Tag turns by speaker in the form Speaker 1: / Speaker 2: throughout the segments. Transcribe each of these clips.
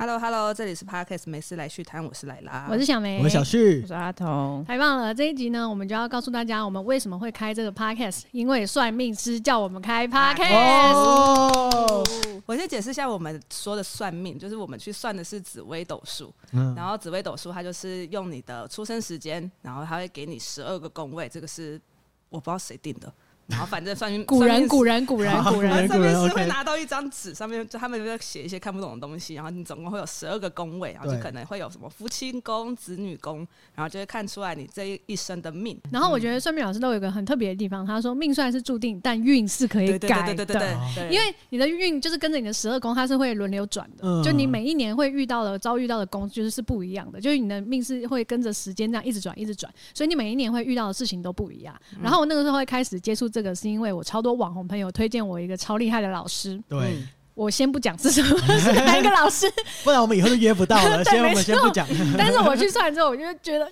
Speaker 1: Hello Hello，这里是 Podcast 没事来续谈，我是莱拉，
Speaker 2: 我是小梅，
Speaker 3: 哎我是小旭
Speaker 4: 我，是阿童，
Speaker 2: 太棒了！这一集呢，我们就要告诉大家我们为什么会开这个 podcast，因为算命师叫我们
Speaker 1: 哎
Speaker 2: 开 podcast。
Speaker 3: 哦，
Speaker 1: 我先解释一下我们说的算命，就是我们去算的是紫微斗数，
Speaker 3: 嗯
Speaker 1: 然后紫微斗数它就是用你的出生时间，然后它会给你十二个宫位，这个是我不知道谁定的，然后反正 算命
Speaker 2: 古
Speaker 1: 算
Speaker 2: 人，
Speaker 1: 命
Speaker 2: 古人，古人，古
Speaker 3: 古
Speaker 2: 人
Speaker 3: 人。
Speaker 1: 算命师
Speaker 3: OK
Speaker 1: 会拿到一张纸，上面就他们就在写一些看不懂的东西，然后你总共会有十二个宫位，然后就
Speaker 3: 对
Speaker 1: 可能会有什么夫妻宫、子女宫，然后就会看出来你这一生的命。
Speaker 2: 然后我觉得算命老师都有一个很特别的地方，他说命虽然是注定，但运是可以
Speaker 1: 对对
Speaker 2: 改
Speaker 1: 对对对
Speaker 2: 的。
Speaker 1: 对对，
Speaker 2: 因为你的运就是跟着你的十二宫，它是会轮流转的。
Speaker 3: 嗯
Speaker 2: 就你每一年会遇到的、遭遇到的宫，就是是不一样的。就是你的命是会跟着时间这样一直转、一直转，所以你每一年会遇到的事情都不一样。然后我那个时候会开始接触这个，是因为我超多网红朋友推荐我一个超厉害的老师。
Speaker 1: 嗯
Speaker 3: 对，
Speaker 2: 我先不讲是什么是哪一个老师，
Speaker 3: 不然我们以后就约不到了，
Speaker 2: 对
Speaker 3: 先我
Speaker 2: 没
Speaker 3: 们先
Speaker 2: 错
Speaker 3: 不讲，
Speaker 2: 但是我去算之后，我就觉得太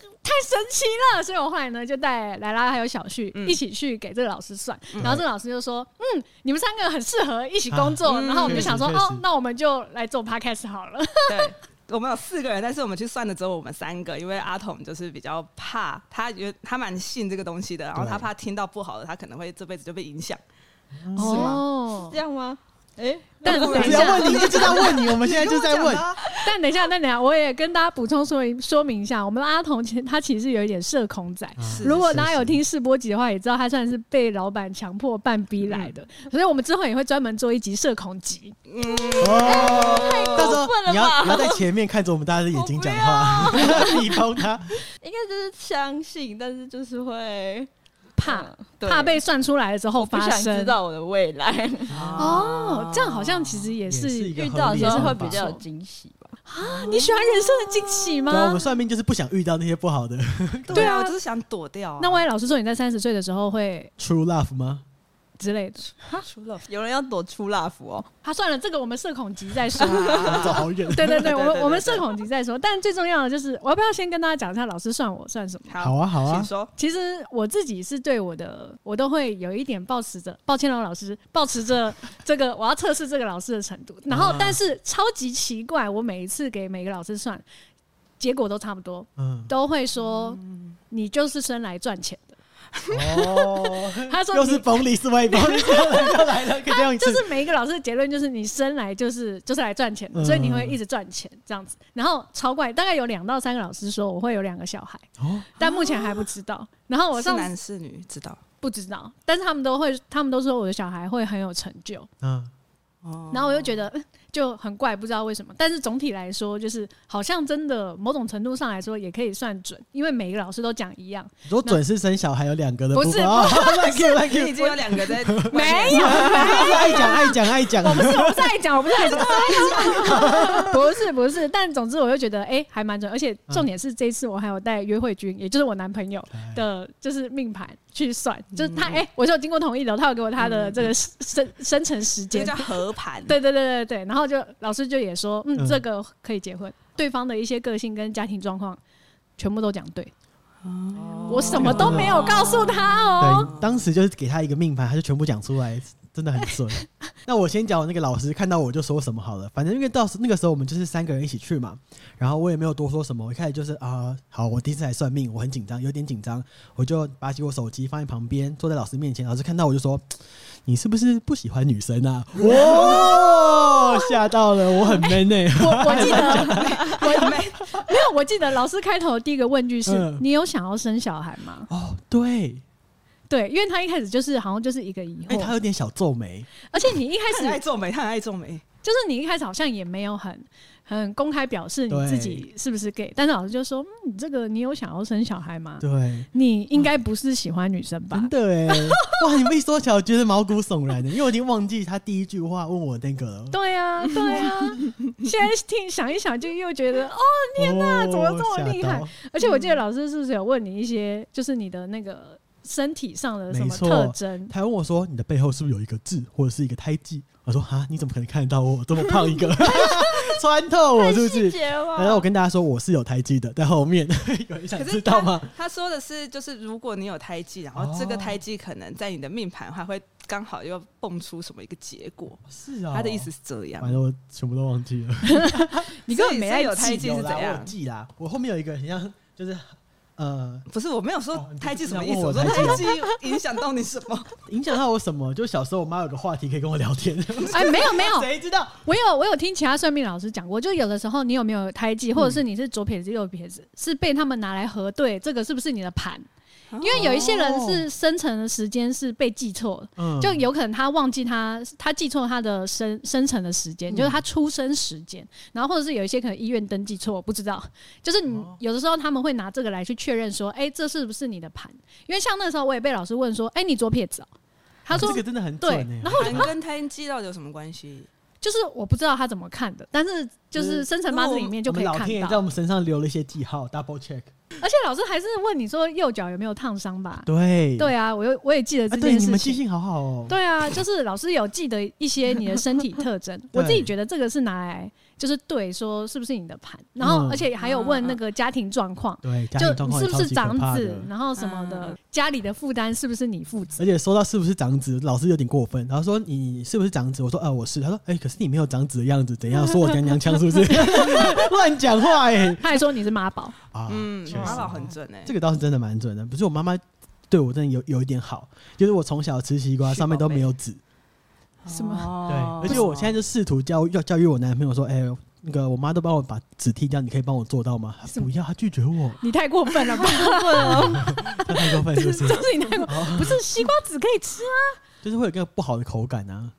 Speaker 2: 神奇了，所以我后来呢就带莱拉还有小旭
Speaker 1: 嗯
Speaker 2: 一起去给这个老师算，然后这个老师就说：“嗯，你们三个很适合一起工作。
Speaker 1: 啊
Speaker 4: 嗯
Speaker 2: 然后我们就想说：“
Speaker 3: 确实确实
Speaker 2: 哦，那我们就来做 podcast 好了。
Speaker 1: 对，我们有四个人，但是我们去算的只有我们三个，因为阿童就是比较怕，他觉得他蛮信这个东西的，然后
Speaker 3: 对
Speaker 1: 他怕听到不好的，他可能会这辈子就被影响。”
Speaker 2: 哦
Speaker 4: 这，样吗？哎，
Speaker 2: 但
Speaker 1: 我
Speaker 2: 等
Speaker 3: 只
Speaker 2: 一
Speaker 3: 要
Speaker 2: 下，
Speaker 3: 问你，就知道问你，我们现在就在
Speaker 1: 啊
Speaker 3: 问，
Speaker 2: 但等一下，但等一下，我也跟大家补充说明说明一下，我们阿童其实他其实有一点社恐仔。
Speaker 4: 哦
Speaker 1: 是
Speaker 2: 如果大家有听试播集的话，也知道他算是被老板强迫半逼来的，
Speaker 4: 嗯
Speaker 2: 所以我们之后也会专门做一集社恐集。哎
Speaker 3: 哦，到时候
Speaker 4: 过分了
Speaker 3: 你要
Speaker 4: 吧
Speaker 3: 你要在前面看着我们大家的眼睛讲话， 你碰他，
Speaker 4: 应该就是相信，但是就是会
Speaker 2: 怕、
Speaker 4: 嗯对
Speaker 2: 怕被算出来的时候
Speaker 4: 不
Speaker 2: 发
Speaker 4: 想
Speaker 2: 生
Speaker 4: 知。道我的未来，
Speaker 2: 哦，这样好像其实也
Speaker 3: 也是一
Speaker 2: 是
Speaker 3: 个
Speaker 4: 遇到的时候会比
Speaker 3: 合理的
Speaker 4: 较
Speaker 3: 想法
Speaker 4: 有惊喜吧。
Speaker 2: 啊，你喜欢人生的惊喜
Speaker 3: 对啊，我
Speaker 2: 吗
Speaker 3: 们？算命就是不想遇到那些不好的
Speaker 1: 对啊，
Speaker 2: 啊
Speaker 1: 我就是想躲掉啊、
Speaker 2: 那万一老师说你在三十岁的时候会
Speaker 3: true love 吗？
Speaker 2: 之类的，
Speaker 1: 除了
Speaker 4: 有人要躲出蜡烛哦，
Speaker 2: 他、算了，这个我们社恐集再说。
Speaker 1: 啊
Speaker 3: 我走好远，
Speaker 2: 对对对，我
Speaker 1: 对对对
Speaker 2: 们我们社恐集再说。但最重要的就是，我要不要先跟大家讲一下老师算我算什么？
Speaker 3: 好啊好
Speaker 1: 请
Speaker 3: 啊，
Speaker 1: 说。
Speaker 2: 其实我自己是对我的，我都会有一点抱持着，抱歉了，哦老师，抱持着这个我要测试这个老师的程 度。然后
Speaker 3: 啊，
Speaker 2: 但是超级奇怪，我每一次给每个老师算，结果都差不多。
Speaker 3: 嗯，
Speaker 2: 都会说你就是生来赚钱的。
Speaker 3: 哦，
Speaker 2: 他说
Speaker 3: 又
Speaker 2: 你
Speaker 3: 是崩里是外崩里，又来又来了，可以这样 一
Speaker 2: 就
Speaker 3: 次，
Speaker 2: 是每一个老师的结论就是你生来就是就是来赚钱的，
Speaker 3: 嗯
Speaker 2: 所以你会一直赚钱这样子。然后超怪，大概有两到三个老师说我会有两个小孩，
Speaker 3: 哦，
Speaker 2: 但目前还不知道。然后我
Speaker 1: 是
Speaker 2: 上
Speaker 1: 男
Speaker 2: 次
Speaker 1: 是女，知 道。
Speaker 2: 不知道，但是他们都会，他们都说我的小孩会很有成就。
Speaker 3: 嗯，
Speaker 1: 哦
Speaker 2: 然后我就觉得嗯就很怪，不知道为什么。但是总体来说，就是好像真的某种程度上来说也可以算准，因为每一个老师都讲一 样。
Speaker 3: 如果准是生小孩有两个的
Speaker 2: 不
Speaker 3: 部
Speaker 2: 是
Speaker 3: 分，哦 乱 Q 乱 Q，
Speaker 1: 你已经有两个在
Speaker 2: 没有，
Speaker 3: 爱讲爱讲爱讲，
Speaker 2: 我不是，我不是爱讲，我不是爱讲，不是不是，但总之我就觉得，哎、还蛮准，而且重点是这一次我还有带约会君，也就是我男朋友的，就是命盘去算，就是他，哎、我是有经过同意的哦，他有给我他的这个生生成时
Speaker 1: 这个
Speaker 2: 间，
Speaker 1: 叫合盘。
Speaker 2: 对对对对对，然后就老师就也说，嗯，
Speaker 3: 嗯
Speaker 2: 这个可以结婚，对方的一些个性跟家庭状况。全部都讲对，我什么都没有告诉他哦。
Speaker 3: 对，当时就是给他一个命盘，他就全部讲出来，真的很 准。那我先讲我那个老师看到我就说什么好了，反正因为到时那个时候我们就是三个人一起去嘛，然后我也没有多说什么，我一开始就是啊、好，我第一次来算命，我很紧张，有点紧张，我就把起我手机放在旁边，坐在老师面前，老师看到我就说。你是不是不喜欢女生啊？哇，吓到了，我很 man 哎、
Speaker 2: 我我记得
Speaker 1: 我没
Speaker 2: 没有，我记得老师开头的第一个问句是：
Speaker 3: 嗯
Speaker 2: 你有想要生小孩吗？
Speaker 3: 哦，对，
Speaker 2: 对，因为他一开始就是好像就是一个疑
Speaker 3: 哎、
Speaker 2: 惑，
Speaker 3: 他有哎点小皱眉，
Speaker 2: 而且你一开
Speaker 1: 他很爱
Speaker 2: 始
Speaker 1: 皱眉，他很爱皱眉。
Speaker 2: 就是你一开始好像也没有很很公开表示你
Speaker 3: 对
Speaker 2: 自己是不是 gay，但是老师就说，嗯，你这个你有想要生小孩吗？
Speaker 3: 对，嗯
Speaker 2: 你应该不是喜欢女生吧
Speaker 3: 真？的哎、哇！你被说起来，我觉得毛骨悚然的，欸因为我已经忘记他第一句话问我那个了。
Speaker 2: 对啊，对啊， 现在听想一想就又觉得哦，
Speaker 3: 天哪
Speaker 2: 怎么这么厉害？
Speaker 3: 吓到
Speaker 2: 而且我记得老师是不是有问你一些，就是你的那个身体上的什
Speaker 3: 没
Speaker 2: 么
Speaker 3: 错
Speaker 2: 特征？
Speaker 3: 他还问我说：“你的背后是不是有一个痣，或者是一个胎记？”我说：“哈，你怎么可能看得到我这么胖一个？” 穿透我是不
Speaker 4: 细
Speaker 3: 是？
Speaker 4: 节吗？
Speaker 3: 哎然后我跟大家说，我是有胎记的，在后面 有人想
Speaker 1: 可是
Speaker 3: 知道吗？哦
Speaker 1: 他？他说的是，就是如果你有胎记，然后这个胎记可能在你的命盘的话，会刚好又蹦出什么一个结果。
Speaker 3: 是啊、
Speaker 1: 他的意思，是这样
Speaker 3: 反。正我全部都忘记了。
Speaker 2: 你根本没
Speaker 1: 所以
Speaker 2: 在
Speaker 1: 是有胎记是
Speaker 2: 记
Speaker 3: 有啦
Speaker 1: 怎样
Speaker 3: 我有记啦，我后面有一个很像，就是呃，
Speaker 1: 不是，我没有说
Speaker 3: 哦你不
Speaker 1: 胎记什么意思，
Speaker 3: 你要
Speaker 1: 我
Speaker 3: 问
Speaker 1: 说
Speaker 3: 我胎
Speaker 1: 胎记影响到你什么？
Speaker 3: 影响到我什么？就小时候我妈有个话题可以跟我聊天，
Speaker 2: 哎，没有没有，
Speaker 3: 谁知道？
Speaker 2: 我有我有听其他算命老师讲过，就有的时候你有没有胎记，或
Speaker 3: 嗯
Speaker 2: 者是你是左撇子右撇子，是被他们拿来核对这个是不是你的盘，
Speaker 3: 哦
Speaker 2: 因为有一些人是生辰的时间是被记错的。
Speaker 3: 嗯
Speaker 2: 就有可能他忘记他他记错他的生生辰的时间，
Speaker 3: 嗯
Speaker 2: 就是他出生时间，然后或者是有一些可能医院登记错，我不知道。就是你
Speaker 3: 哦
Speaker 2: 有的时候他们会拿这个来去确认说，哎、这是不是你的盘？因为像那时候我也被老师问说，哎、你左撇子、哦？他说、
Speaker 3: 这个真的很准
Speaker 2: 对
Speaker 3: 欸，
Speaker 2: 然后
Speaker 1: 盘跟胎记到底有什么关系？
Speaker 2: 就是我不知道他怎么看的，但是就是生辰八字里面就
Speaker 3: 嗯我
Speaker 2: 可
Speaker 3: 们
Speaker 2: 以
Speaker 3: 老天爷
Speaker 2: 看
Speaker 3: 在我
Speaker 2: 到。
Speaker 3: 们身上留了一些记号，double check。
Speaker 2: 而且老师还是问你说右脚有没有烫伤吧？
Speaker 3: 对
Speaker 2: 对啊，我又我也记得
Speaker 3: 啊，
Speaker 2: 这
Speaker 3: 对，
Speaker 2: 件
Speaker 3: 你
Speaker 2: 事
Speaker 3: 们记
Speaker 2: 情。
Speaker 3: 性好好哦。
Speaker 2: 对啊，就是老师有记得一些你的身体特 征，我自己觉得这个是拿来就是对说是不是你的盘，然后
Speaker 3: 嗯
Speaker 2: 而且还有问那个家庭状况，
Speaker 3: 对，家
Speaker 2: 就
Speaker 3: 庭状况
Speaker 2: 是
Speaker 3: 也
Speaker 2: 不
Speaker 3: 超
Speaker 2: 是
Speaker 3: 级可
Speaker 2: 长
Speaker 3: 怕的
Speaker 2: 子，然后什么的
Speaker 1: 嗯，
Speaker 2: 家里的负担是不是你负责？
Speaker 3: 而且说到是不是长子，老师有点过分。然后说你是不是长子？我说呃我是。他说哎、可是你没有长子的样子，怎样？说我娘娘腔是不是？ 乱讲话哎、
Speaker 2: 他还说你是妈宝，
Speaker 3: 啊，
Speaker 1: 嗯
Speaker 3: 确，实
Speaker 1: 妈宝很准哎
Speaker 3: 这。个倒是真的蛮准的。不是我妈妈对我真的有有一点好，就是我从小吃西瓜
Speaker 1: 是
Speaker 3: 上面
Speaker 1: 宝
Speaker 3: 都
Speaker 1: 贝
Speaker 3: 没有籽，
Speaker 2: 什么
Speaker 3: 对。
Speaker 1: 哦
Speaker 3: 而且我现在就试图教教教育我男朋友说，哎、那个我妈都帮我把籽剃掉，你可以帮我做到吗？他
Speaker 2: 什么
Speaker 3: 不要，他拒绝我，
Speaker 2: 你太过分了吧？
Speaker 3: 他太过分 是不 是？ 哦
Speaker 2: 就是你太过，不是西瓜籽可以吃啊？
Speaker 3: 就是会有一个不好的口感啊。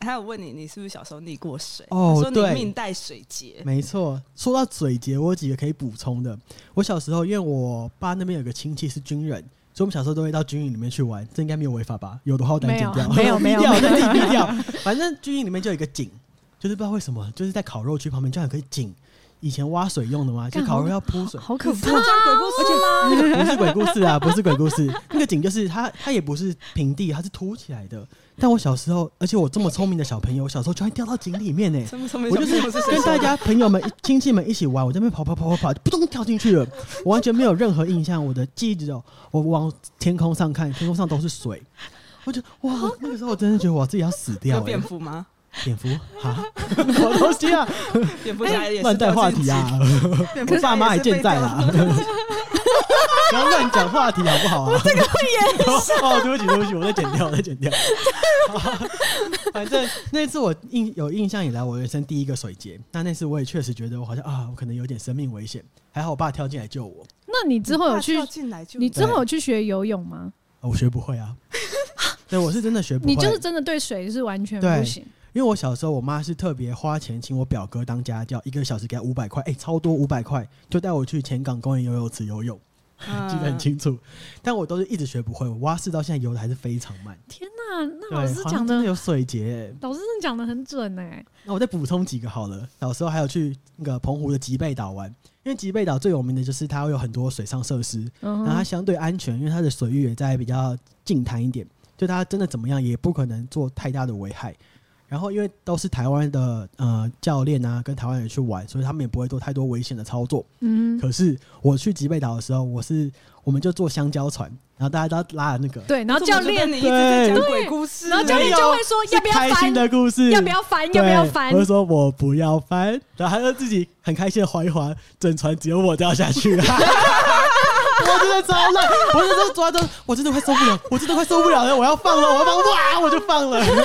Speaker 1: 还有问你，你是不是小时候溺过水？
Speaker 3: 哦
Speaker 1: 说你
Speaker 3: 对
Speaker 1: 命带水劫。
Speaker 3: 没错，说到嘴节，我有几个可以补充的。我小时候，因为我爸那边有个亲戚是军人，所以我们小时候都会到军营里面去玩。这应该没有违法吧？有的话我等下剪 掉，
Speaker 2: 没有没有
Speaker 3: 逼掉
Speaker 2: 没有
Speaker 3: 我再逼掉。反正军营里面就有一个井，就是不知道为什么，就是在烤肉区旁边就有个井。以前挖水用的嘛，就
Speaker 2: 干
Speaker 3: 烤肉要铺水，
Speaker 2: 好可怕！啊
Speaker 1: 鬼故事吗？
Speaker 3: 那个不是鬼故 事啊，不是鬼故事，那个井就是它，它也不是平地，它是凸起来的。但我小时候，而且我这么聪明的小朋友，我小时候居然掉到井里面呢、
Speaker 1: 什么什么？
Speaker 3: 我就是跟大家朋友们、亲戚们一起玩，我在那边跑跑跑跑跑，扑通跳进去了，我完全没有任何印象，我的记忆只有我往天空上看，天空上都是水，我就哇，那个时候我真的觉得我自己要死掉、
Speaker 1: 有
Speaker 3: 欸
Speaker 1: 蝙，蝠吗？
Speaker 3: 蝙蝠哈， 什么东西啊，
Speaker 1: 蝙蝠侠也是
Speaker 3: 乱带
Speaker 1: 掉
Speaker 3: 话
Speaker 1: 进
Speaker 3: 题啊
Speaker 1: 去，， 蝙蝠
Speaker 3: 我
Speaker 1: 侠
Speaker 3: 爸妈还
Speaker 1: 也是被
Speaker 3: 健在啊
Speaker 1: 掉
Speaker 3: 啦。 不要乱讲话题好不好啊？这个会演 哦，对不起，对不起，我再剪掉，我再剪掉。反正那次我印有印象以来，我人生第一个水劫。那那次我也确实觉得我好像啊，我可能有点生命危险。还好我爸跳进来救我，
Speaker 2: 那你之后有去
Speaker 1: 跳进来就
Speaker 2: 你之后有去学游泳吗？
Speaker 3: 啊我学不会啊。对，我是真的学不会。
Speaker 2: 你就是真的对水是完全
Speaker 3: 对
Speaker 2: 不行。
Speaker 3: 因为我小时候，我妈是特别花钱请我表哥当家教，一个小时给他五百块，哎、超多五百块，就带我去前港公园游泳池游泳，
Speaker 2: 嗯
Speaker 3: 记得很清楚。但我都是一直学不会，我蛙式到现在游的还是非常慢。
Speaker 2: 天哪，那
Speaker 3: 对，
Speaker 2: 老师
Speaker 3: 好像
Speaker 2: 讲
Speaker 3: 真的
Speaker 2: 的，
Speaker 3: 有水节。
Speaker 2: 老师真的讲的很准哎、
Speaker 3: 那我再补充几个好了。小时候还有去那个澎湖的吉贝岛玩，因为吉贝岛最有名的就是它会有很多水上设施，
Speaker 2: 嗯
Speaker 3: 然后它
Speaker 2: 哼，
Speaker 3: 相对安全，因为它的水域也在比较近滩一点，就它真的怎么样也不可能做太大的危害。然后因为都是台湾的呃教练啊，跟台湾人去玩，所以他们也不会做太多危险的操作。
Speaker 2: 嗯哼，
Speaker 3: 可是我去吉贝岛的时候，我是我们就坐香蕉船，然后大家都要拉那个，
Speaker 2: 对，
Speaker 1: 嗯
Speaker 2: 然后教练，
Speaker 1: 你一直在讲
Speaker 2: 对
Speaker 1: 鬼故事，
Speaker 2: 然后教
Speaker 3: 没
Speaker 2: 练
Speaker 3: 有
Speaker 2: 就会说
Speaker 3: 是
Speaker 2: 要不要
Speaker 3: 开心
Speaker 2: 翻，
Speaker 3: 的故事，
Speaker 2: 要不要翻，
Speaker 3: 对
Speaker 2: 要不要翻
Speaker 3: 我，就说我不要翻，然后他就自己很开心的划一划，整船只有我掉下去了。 我真的超烂，我真的抓着，我真的快受不了，我真的快受不了了，我要放了，我要放，哇，我就放了。为什么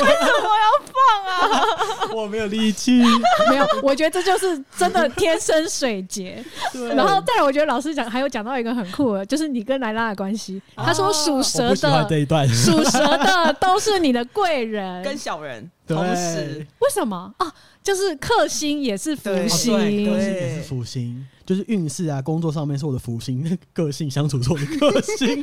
Speaker 3: 要放啊？ 我没有力气。
Speaker 2: 没有，我觉得这就是真的天生水结。
Speaker 3: 对
Speaker 2: 然后再来，我觉得老师讲还有讲到一个很酷的，就是你跟莱拉的关系。他说属
Speaker 3: 啊我
Speaker 2: 蛇
Speaker 3: 不喜欢这
Speaker 2: 的，
Speaker 3: 一段。
Speaker 2: 属蛇的都是你的贵
Speaker 1: 跟
Speaker 2: 人，
Speaker 1: 小人
Speaker 3: 对
Speaker 1: 同时，
Speaker 2: 为什么啊？就是克星也是
Speaker 3: 哦
Speaker 2: 福
Speaker 1: 对
Speaker 2: 星，
Speaker 1: 对
Speaker 3: 个
Speaker 1: 对
Speaker 3: 性也是福星，就是运势啊，工作上面是我的福星， 个性相处是我的个性。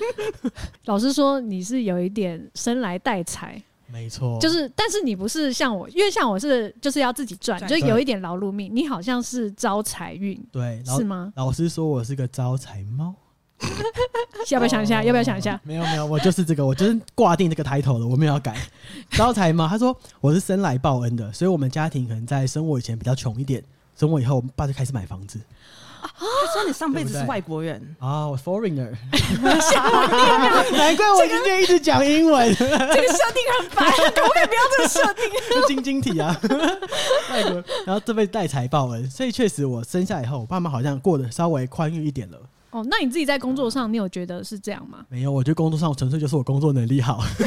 Speaker 2: 老师说你是有一点生来带财，
Speaker 3: 没错，
Speaker 2: 就是但是你不是像我，因为像我是就是要自己赚，
Speaker 1: 赚
Speaker 2: 就有一点劳碌命。你好像是招财运，
Speaker 3: 对。然后
Speaker 2: 是吗？
Speaker 3: 老师说我是个招财猫。
Speaker 2: 要不要想
Speaker 3: 哦
Speaker 2: 一下？要不要想一下？
Speaker 3: 没有没有，我就是这个，我就是挂定这个抬头的，我没有要改。招财猫，他说我是生来报恩的，所以我们家庭可能在生我以前比较穷一点，等我以后，我爸就开始买房子
Speaker 1: 他说你上辈子
Speaker 3: 对不
Speaker 1: 是
Speaker 3: 对
Speaker 1: 外国人，
Speaker 3: 啊，我 foreigner，难怪啊我今天一直讲英文，
Speaker 2: 这个设定 很烦，可不可以不要这个设定？
Speaker 3: 晶晶体啊，外国，然后这辈子带财报恩，所以确实我生下以后，我爸妈好像过得稍微宽裕一点了。
Speaker 2: 哦，那你自己在工作上，你有觉得是这样吗？
Speaker 3: 没有，我觉得工作上纯粹就是我工作能力好，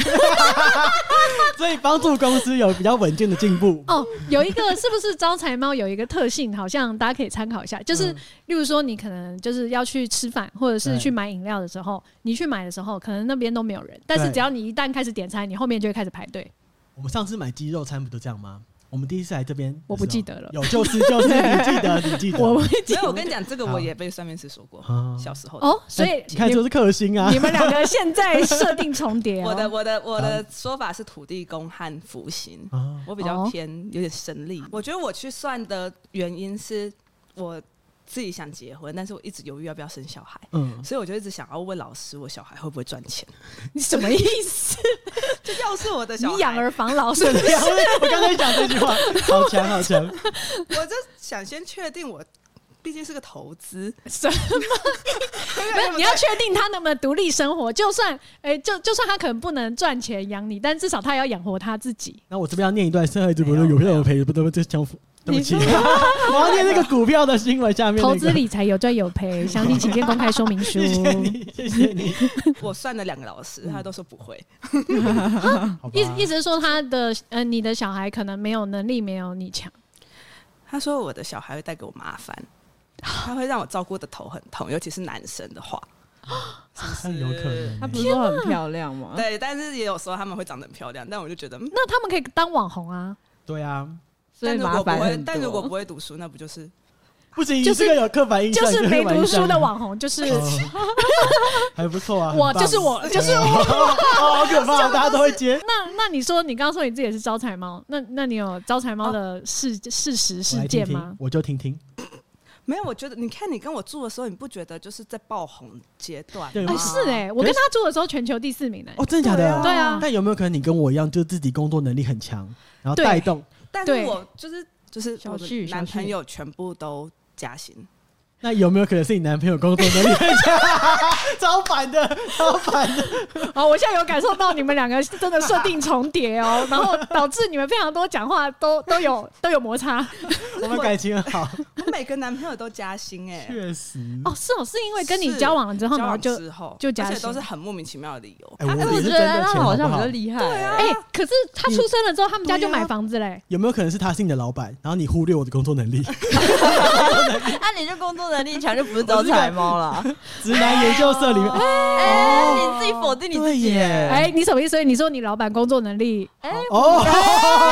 Speaker 3: 所以帮助公司有比较稳健的进步。
Speaker 2: 哦，有一个是不是招财猫有一个特性，好像大家可以参考一下，就是、
Speaker 3: 嗯
Speaker 2: 例如说你可能就是要去吃饭或者是
Speaker 3: 对
Speaker 2: 去买饮料的时候，你去买的时候可能那边都没有人，但是
Speaker 3: 对
Speaker 2: 只要你一旦开始点餐，你后面就会开始排队。
Speaker 3: 我们上次买鸡肉餐不就这样吗？我们第一次来这边的时候，
Speaker 2: 我不记得了
Speaker 3: 有就是就是，你记得你记得。
Speaker 2: 我会
Speaker 1: 所以我跟你讲，这个
Speaker 3: 好
Speaker 1: 我也被算命师说过，
Speaker 3: 啊
Speaker 1: 小时候的。
Speaker 2: 哦，所以
Speaker 3: 你看就是克星 啊
Speaker 2: 你，们两个现在设定重叠、哦，
Speaker 1: 我的我的我的说法是土地公和福星，
Speaker 3: 啊，
Speaker 1: 我比较
Speaker 2: 哦
Speaker 1: 偏有点神力。我觉得我去算的原因是我自己想结婚，但是我一直犹豫要不要生小孩，
Speaker 3: 嗯，
Speaker 1: 所以我就一直想要问老师，我小孩会不会赚 钱？
Speaker 2: 你什么意思？
Speaker 1: 就要是我的
Speaker 2: 你
Speaker 1: 小
Speaker 2: 养
Speaker 1: 孩，
Speaker 2: 儿防 老是
Speaker 3: 对
Speaker 2: 不
Speaker 3: 对
Speaker 2: 是？
Speaker 3: 啊我我刚才讲这句话，好强好强，
Speaker 1: 我 就想先确定我。毕竟是个投资，
Speaker 2: 什么？不是，你要确定他能不能独立生活。就算，哎、就就算他可能不能赚钱养你，但至少他要养活他自己。
Speaker 3: 那我这边要念一段生孩子不是有票有赔，不对，这相符，对不起， 我要念那个股票的新闻下面、那个
Speaker 2: 投资理财有赚有赔，详情请见公开说明 书。
Speaker 3: 谢谢你，谢谢你。
Speaker 1: 我算了两个老师，他都说不会。
Speaker 3: 好吧
Speaker 2: 意意思是说，他的呃，你的小孩可能没有能力，没有你强。
Speaker 1: 他说我的小孩会带给我麻烦，他会让我照顾的头很痛，尤其是男生的话，
Speaker 3: 那有可能
Speaker 4: 她
Speaker 3: 欸、
Speaker 4: 不是说很漂亮吗？
Speaker 1: 对。但是也有时候他们会长得很漂亮，但我就觉得，嗯，
Speaker 2: 那他们可以当网 红啊，
Speaker 3: 对啊，
Speaker 4: 所
Speaker 1: 但
Speaker 4: 以
Speaker 1: 如
Speaker 4: 麻
Speaker 1: 果不
Speaker 4: 烦
Speaker 1: 会
Speaker 4: 很，
Speaker 1: 但如果不
Speaker 4: 多。
Speaker 1: 会读书，那不就是
Speaker 3: 不行，
Speaker 2: 就是
Speaker 3: 这个有刻板印象，
Speaker 2: 就是没
Speaker 3: 刻板
Speaker 2: 读
Speaker 3: 印
Speaker 2: 书
Speaker 3: 象
Speaker 2: 的，网红，就是
Speaker 3: 哦 还不错啊。
Speaker 2: 我，
Speaker 3: 很棒
Speaker 2: 就是，我，就是我。
Speaker 3: 哦，好可怕，大家都会接。
Speaker 2: 那那你说，你刚刚说你自己也是招财猫，那那你有招财猫的事事实
Speaker 3: 我
Speaker 2: 事
Speaker 3: 来听
Speaker 2: 件
Speaker 3: 听
Speaker 2: 吗？
Speaker 3: 我就听听，
Speaker 1: 没有，我觉得你看你跟我住的时候，你不觉得就是在爆红阶段
Speaker 3: 对
Speaker 1: 吗？
Speaker 2: 哎，
Speaker 3: 吗
Speaker 2: 是哎，我跟他住的时候全球第四名呢。哎
Speaker 3: 哦，真的假的？
Speaker 2: 对啊
Speaker 3: 但有没有可能你跟我一样，就自己工作能力很强，然后
Speaker 2: 对
Speaker 3: 带动？
Speaker 1: 但
Speaker 2: 对
Speaker 1: 是我就是就是
Speaker 4: 小
Speaker 1: 我的
Speaker 4: 旭小
Speaker 1: 男朋
Speaker 4: 旭
Speaker 1: 友全部都加薪，
Speaker 3: 那有没有可能是你男朋友工作能力很强？ 超反的，超反的。
Speaker 2: 哦，我现在有感受到你们两个真的设定重叠哦，然后导致你们非常多讲话都都有都有摩擦。
Speaker 3: 我们感情很好，
Speaker 1: 我每个男朋友都加薪哎、
Speaker 3: 确实。
Speaker 2: 哦，是哦，是因为跟你
Speaker 1: 是
Speaker 2: 交往了之后，
Speaker 1: 交
Speaker 2: 然后
Speaker 1: 往
Speaker 2: 就
Speaker 1: 之后
Speaker 2: 就加
Speaker 1: 而且
Speaker 2: 薪
Speaker 1: 都是很莫名其妙的理由。
Speaker 3: 哎，
Speaker 1: 他可
Speaker 3: 我
Speaker 4: 但
Speaker 1: 是
Speaker 4: 是
Speaker 3: 也是
Speaker 4: 我觉
Speaker 3: 真的
Speaker 4: 得
Speaker 3: 钱，
Speaker 4: 他好像
Speaker 3: 不
Speaker 4: 比
Speaker 3: 好
Speaker 4: 较？厉害欸，
Speaker 2: 哎，可是他出生了之后，他们家就买房子嘞。
Speaker 3: 有没有可能是他是你的老板，然后你忽略我的工作能力？
Speaker 4: 那你就工作能力强，就不是招财猫了。
Speaker 3: 直男研究社里面，
Speaker 4: 哎，你自己否定你自
Speaker 3: 对啊
Speaker 4: 己欸，
Speaker 3: 耶，
Speaker 2: 哎，你什么意思？所以你说你老板工作能力
Speaker 3: 哦，